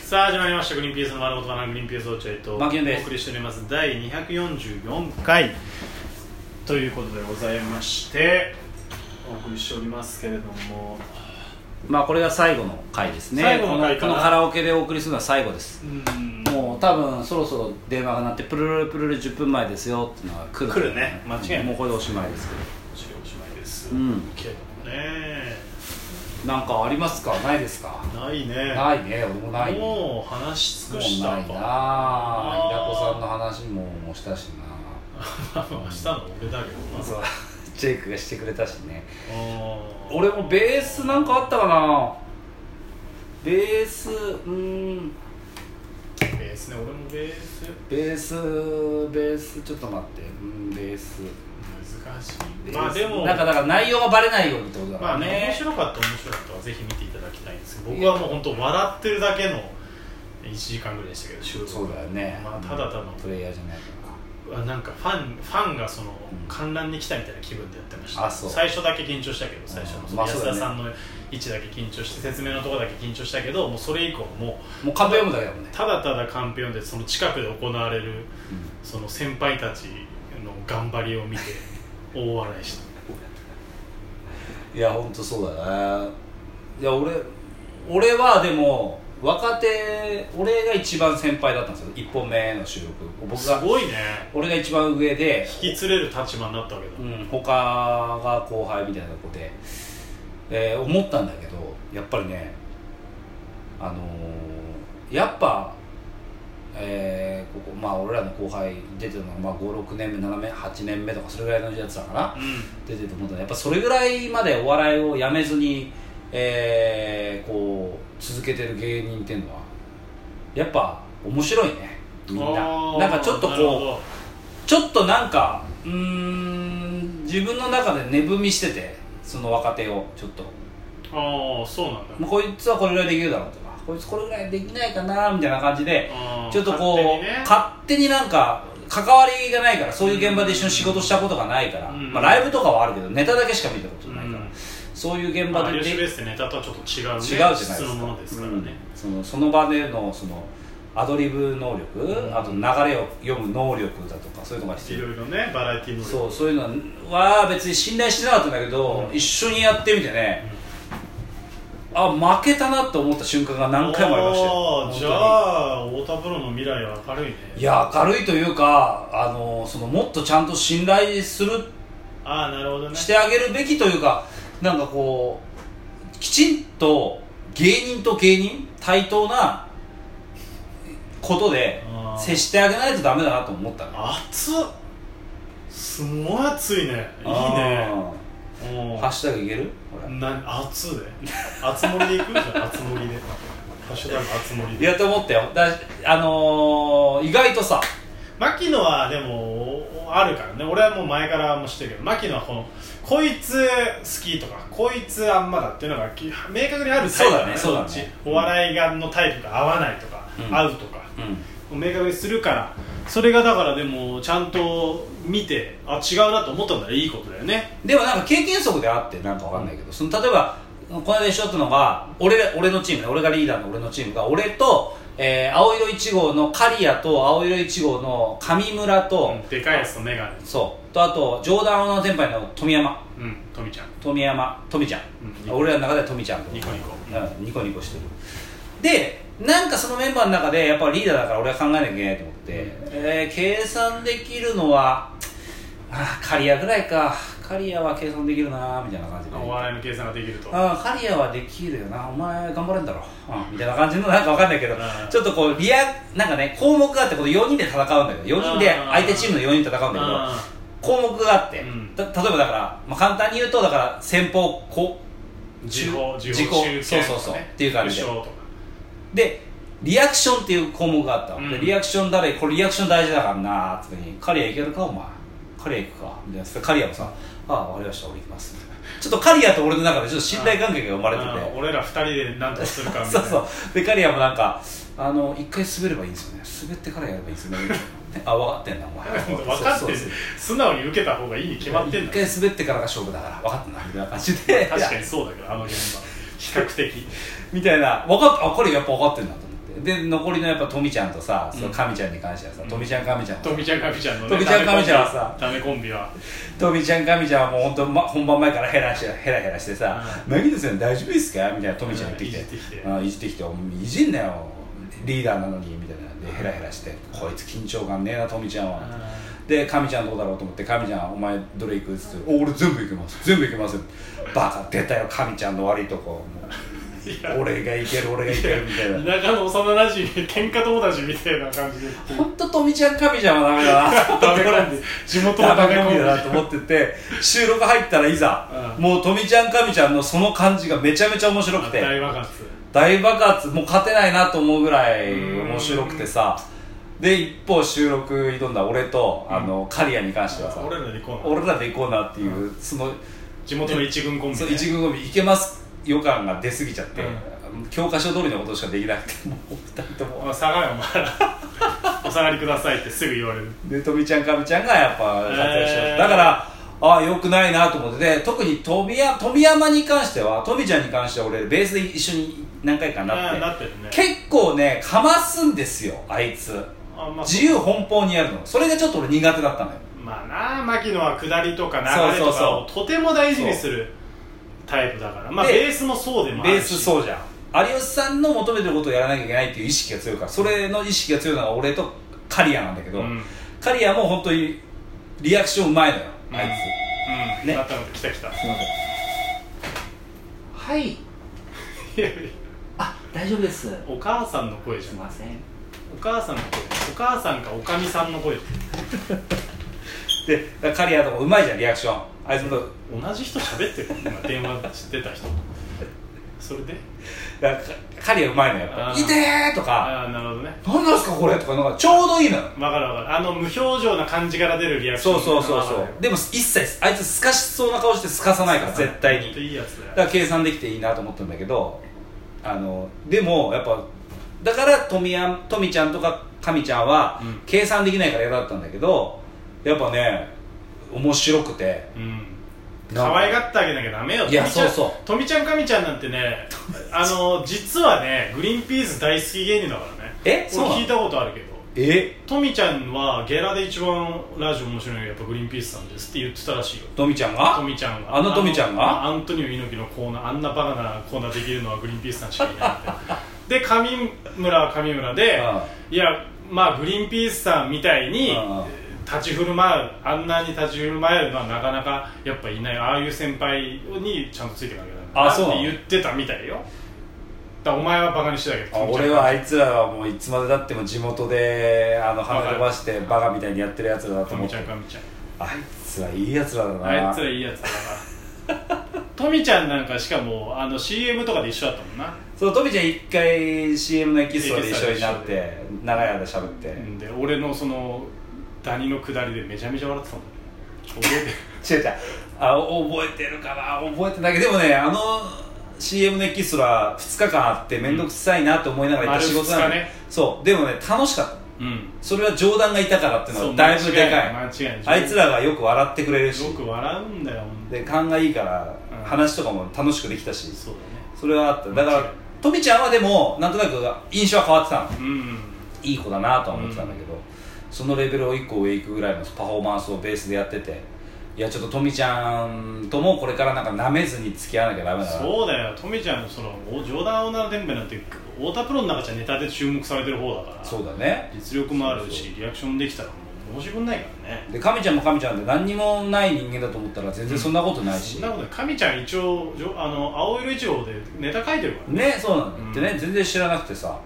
さあ始まりました「グリーンピースの丸ごとバナナグリーンピースお茶へ」とお牧野です送りしております第244回ということでございましてお送りしておりますけれどもまあこれが最後の回ですね最後の回こかのなこのカラオケでお送りするのは最後ですうんもう多分そろそろ電話が鳴ってプルルルプルル10分前ですよっていうのが来る来るね間違いないもうこれでおしまいですけおしまいです、うんけどもねどなんかありますかないですかないねないね俺もないももう話し尽うくしたないなあ平子さんの話ももうしたしな明日の俺だけどなそうジェイクがしてくれたしねあー俺もベースなんかあったかなベースうーんベースね俺もベースベースベースちょっと待ってうんベース難しベいースまあでもなんかだから内容がバレないようにってことだかまらあね、面ね、白かった面白かったはぜひ見ていただきたいんですけど僕はもう本当笑ってるだけの1時間ぐらいでしたけど収録そうだよね、まあ、ただただプレイヤーじゃないかあなんかファンファンがそのうん観覧に来たみたいな気分でやってました、あそう最初だけ緊張したけど最初のうんそまのあそ安うだね田さんの位置だけ緊張して説明のところだけ緊張したけどもうそれ以降もなもうカンペ読むだけだもんねうただただカンペ読んでその近くで行われるうんその先輩たちの頑張りを見 て大笑いしたいや本当そうだねいや俺俺はでも若手俺が一番先輩だったんですよ1本目の収録僕すがごいね俺が一番上で引き連れる立場になったわけだ、うん、他が後輩みたいなとこで、えー思ったんだけどやっぱりねあのーやっぱ、えーここまあ俺らの後輩出てるのが、まあ、56年目7年目8年目とかそれぐらいのやつだからうん出てると思ったらやっぱそれぐらいまでお笑いをやめずに、えーこう続けてる芸人っていうのはやっぱ面白いねみんあなーなんかちょっとなるほこうどちょっとなんかうーん自分の中で値踏みしててその若手をちょっとああそうなんだもうこいつはこれぐらいできるだろうとかこいつこれぐらいできないかなみたいな感じであーちょっとこう勝手に勝手,、ねになんか関わりがないからそういう現場で一緒に仕事したことがないから、うんまあ、ライブとかはあるけどネタだけしか見たことないから、うんそういう現ま場あ、で有で吉ベースってネタとはちょっと違う、ね、違うじゃないですか質のものですからね、うんそのその場でのそのアドリブ能力、んあと流れを読む能力だとかそういうのが必い要ろいろねバラエティのそうそういうのは別に信頼してなかったんだけど、うん一緒にやってみてね、あ負けたなと思った瞬間が何回もありましたよ本当にじゃあ太田プロの未来は明るいねいや明るいというかあのそのもっとちゃんと信頼するああなるほどねしてあげるべきというかなんかこうきちんと芸人と芸人対等なことであー接してあげないとダメだなと思ったね熱っすごい熱いねいいねあうーんハッシュタグいけるこれな熱で熱盛りでいくじゃん熱盛りでハッシュタグ熱盛りいでやと思ったよだあのー、意外とさ牧野はでもあるからね俺はもう前からもしてるけど牧野はこのこいつ好きとかこいつあんまだっていうのがき明確にあるタイプそうだこねっちそうだねお笑いがのタイプが合わないとか、うん合うとかう明確にするからそれがだからでもちゃんと見てあ違うなと思ったんだらいいことだよねん、でもなんか経験則であってなんかわかんないけど、その例えばこの間一緒だったのが俺俺のチームね俺がリーダーの俺のチームが俺と、えー、青色1号の刈谷と青色1号の上村と、うんでかいやつとメガネそうとあとジョーダンの先輩の富山うんトミちゃん富山富ちゃん、うん俺らの中では富ちゃんとニコニコうん、ニコニコしてるでなんかそのメンバーの中でやっぱリーダーだから俺は考えなきゃいけないと思って、えー計算できるのはあー刈谷ぐらいか刈谷は計算できるなーみたいな感じでお笑いの計算ができるとあー刈谷はできるよなお前頑張れんだろ、うんみたいな感じのなんかわかんないけどうんちょっとこうリアなんかね項目があってこの4人で戦うんだけど4人で相手チームの4人で戦うんだけどあ項目があって、うんた例えばだから、まあ、簡単に言うとだから先方後時報時時報報中堅そうそうそうとかねっていう感じで武将とかでリアクションっていう項目があったわ、うんでリアクション誰これリアクション大事だからなって時に「刈谷いけるかお前刈谷行くか」みたいなそれ刈谷もさ「ああ分かりました俺行きます」ちょっと刈谷と俺の中でちょっと信頼関係が生まれてあーて俺ら二人で何とかするかみた そいうなそうで刈谷もなんか「あの一回滑ればいいんですよね滑ってからやればいいんです よね」あ分かってんなお前分かっそてうるそうそう素直に受けた方がいいに決まってん一だ回滑ってからが勝負だから分かったなみたいな感じで確かにそうだけどあの現場比較的 みたいな分かっあこれやっぱ分かってんなと思ってで残りのやっぱトミちゃんとさそのうん神ちゃんに関してはさ、うんトミちゃん神ちゃんはさトミちゃんカミちゃんのトミちゃんカミちゃんはさダメコンビはトミちゃん神ちゃんはもう本当、ま、本番前からヘラしヘラヘラしてさ「マギ田さん大丈夫ですか?」みたいなトミちゃん言ってきてうんいじってきてうんいじってきて「お前いじんなよリーダーなのに」みたいなんでヘラヘラして「こいつ緊張感ねえなトミちゃんは」で、神ちゃんどうだろうと思って、神ちゃん、お前どれ行くっつって、お俺全部行きます、全部行きます。バカ、出たよ、神ちゃんの悪いとこ。もいうや俺が行ける、俺が行ける、みたいな。田舎の幼馴染喧嘩友達みたいな感 じでほんと、富ちゃん、神ちゃんはダメだな。ダメコンビ地元のダダメメココンンビビだなと思ってて、収録入ったらいざ、うんもう富ちゃん、神ちゃんのその感じがめちゃめちゃ面白くて。大爆発大爆発もう勝てないなと思うぐらい面白くてさで一方収録挑んだ俺とあの、カリアに関してはさ俺らで行こうな俺らで行こうなっていう、その地元の一軍コンビそねの一軍ゴミいけます予感が出すぎちゃって、う教科書通りのことしかできなくてもう2人ともおい下がれお前ら お下がりくださいってすぐ言われるでとみちゃんかみちゃんがやっぱ活躍しまえすーだからああよくないなと思ってで特に富山富山に関しては富ちゃんに関しては俺ベースで一緒に何回かなってなってるね結構ねかますんですよあいつあまあ自由奔放にやるのそれがちょっと俺苦手だったのよまあなあ牧野は下りとか流れとそうそうかそをとても大事にするタイプだからまあでベースもそうでもあベーるスしそうじゃん有吉さんの求めてることをやらなきゃいけないっていう意識が強いからそれの意識が強いのが俺とカリアなんだけど、うんうんカリアも本当にリアクションうまいのようんあいつねなったの来た来たい つすいませんはいやいやあ大丈夫ですすお母さんの声じゃんませんお母さんの声お母さんかおかみさんの声でだからカリアとかうまいじゃんリアクションあいつも同じ人喋ってる今電話して た人それでだからカリアうまいのよやっあぱ「ーいてー!」とかああなるほどね「何なんすかこれ!」とかなんかちょうどいいのよわかるわかるあの無表情な感じから出るリアクションそうそうそうわそかるようでも一切あいつすかしそうな顔してすかさないから絶対にほんといいやつだだかよら計算できていいなと思ったんだけどあのでもやっぱだから富やん富ちゃんとか神ちゃんはうん計算できないから嫌だったんだけどやっぱね面白くてうん可愛がってあげなきゃダメよいや富ちゃんそうそう富ちゃんかみちゃんなんて ねあの実はねグリーンピース大好き芸人だからねえそう俺なの聞いたことあるけどえ富ちゃんはゲラで一番ラジオ面白いのがやっぱグリーンピースさんですって言ってたらしいよ富ちゃんが富ちゃんがあの富ちゃんがあのアントニオ猪木のコーナーあんなバカなコーナーできるのはグリーンピースさんしかいないってで上村は上村で、いやまあグリーンピースさんみたいにうん立ち振る舞うあんなに立ち振る舞えるのはなかなかやっぱいないああいう先輩にちゃんとついていかなきゃダメあそうなだっのて言ってたみたいよだからお前はバカにしてたけあど俺はあいつらはもういつまでだっても地元であの跳ね飛ばしてバカみたいにやってるやつらだとか思っみてちゃんかみちゃんあいつらいいやつらだなあいつらいいやつだからトミちゃんなんかしかもあの CM とかで一緒だったもんなそう、トミちゃん一回 CM のエキストラで一緒になって、長い間喋って。で俺のそのダニの下りでめちゃめちゃ笑ってたもんね覚えてる 違う違う。あ、覚えてるかな覚えてないけど、でもね、あの CM のエキストラ2日間あって面倒くさいなと思いながら行った仕事なの、丸二日ねそう、でもね、楽しかった。うんそれは冗談がいたからっていうのはだいぶでかい。間違いない間違いなあいつらがよく笑ってくれるし、よく笑うんだよほんとで、勘がいいからうん話とかも楽しくできたし、そうだそれはあった。だ間違いかならい、トミちゃんはでも、なんとなく印象は変わってたの。ねうんいい子だなとは思ってたんだけど、そのレベルを1個上行くぐらいのパフォーマンスをベースでやってていやちょっとトミちゃんともこれからなんか舐めずに付き合わなきゃダメだなそうだよトミちゃんのそのお冗談オーナーデンベなんて太田プロの中じゃネタで注目されてる方だからそうだね実力もあるしそうリアクションできたらもう申し分ないからねで神ちゃんも神ちゃんで何にもない人間だと思ったら全然そんなことないし、そんなことない神ちゃん一応じょあの青色一号でネタ書いてるからねねそうなんだよってね、全然知らなくてさ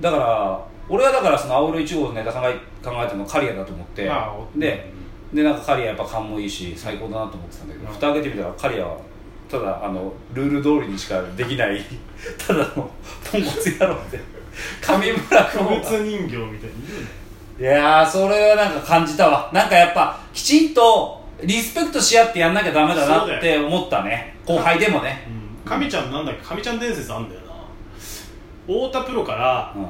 だから俺はだからその青色1号のネタ考え考えたのカリアだと思って、まあおででなんかカリアやっぱ勘もいいし最高だなと思ってたんだけど、うん蓋開けてみたらカリアはただあのルール通りにしかできない ただのポンコツ野郎で上村不君物が人形みたいにいやーそれはなんか感じたわなんかやっぱきちんとリスペクトし合ってやんなきゃダメだそうなっだて思ったね後輩でもね、言うね神ちゃんなんだっけ神ちゃん伝説あんだよな太田プロからう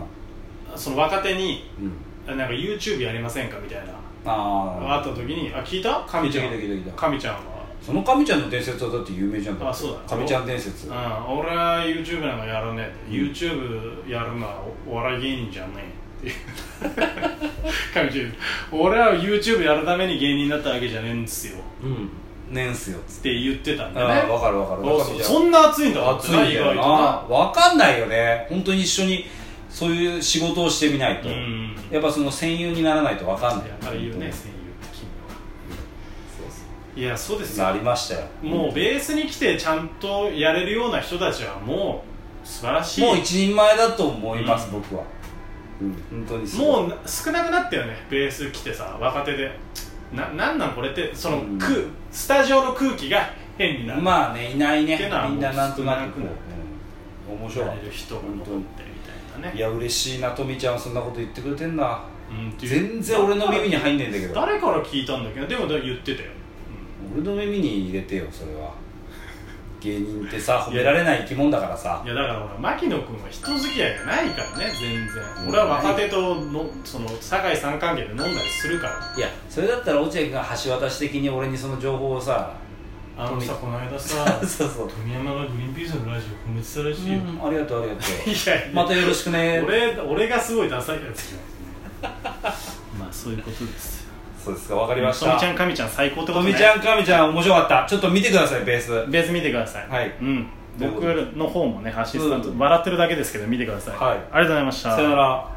んその若手にうん、なんか YouTube やりませんかみたいなああ会った時に「あ聞いた神ちゃん聞いた聞いた聞いた神ちゃんはその亀ちゃんの伝説はだって有名じゃんあそうだ亀ちゃん伝説うん、俺は YouTube なんかやらねえ、YouTube やるのはお笑い芸人じゃねえっていう 感じで俺は YouTube やるために芸人になったわけじゃねえんですようんねんすよっつっってて言ってたんあだよあねわかるわかるそうわかそるうそんな熱いんだ熱いんだよ意な外わかんないよね本当に一緒にそういう仕事をしてみないとと、なうんやっぱその戦友にならないとわかんないやっぱり言うねそ戦友って君はうそいやそうですうなよりましたよもうベースに来てちゃんとやれるような人たちはもう素晴らしいもう一人前だと思います、うん僕は、うん、本当にうもうな少なくなったよねベース来てさ若手でななんなんこれってその、うん空スタジオの空気が変になる、まあねいないねってのはもうみんななんとなく少なこくなっう、うん面白やかっれる人が残ってみたいなたいねや嬉しいなとみちゃんはそんなこと言ってくれてんなうんっていう全然俺の耳に入んねえんだけど誰から聞いたんだっけどでもでも言ってたよ、俺の耳に入れてよそれは芸人ってさ褒められない生き物だからうさんいやだからほら牧野君は人付き合いがないからね全うん然俺は若手とのその酒井さん関係で飲んだりするからいやそれだったら落合君が橋渡し的に俺にその情報をさあのさこの間さ そうそう、富山がグリーンピースのラジオ褒めてたらしいよ、うんありがとうありがというやいやまたよろしくね俺俺がすごいダサいやつじゃんまあそういうことですよそうですかわかりましたとみちゃんかみちゃん最高ってこととねみちゃんかみちゃん面白かったちょっと見てくださいベース別見てくださいはいうん僕の方もねアシスタント、うん笑ってるだけですけど見てください、はあいりがとうございましたさよなら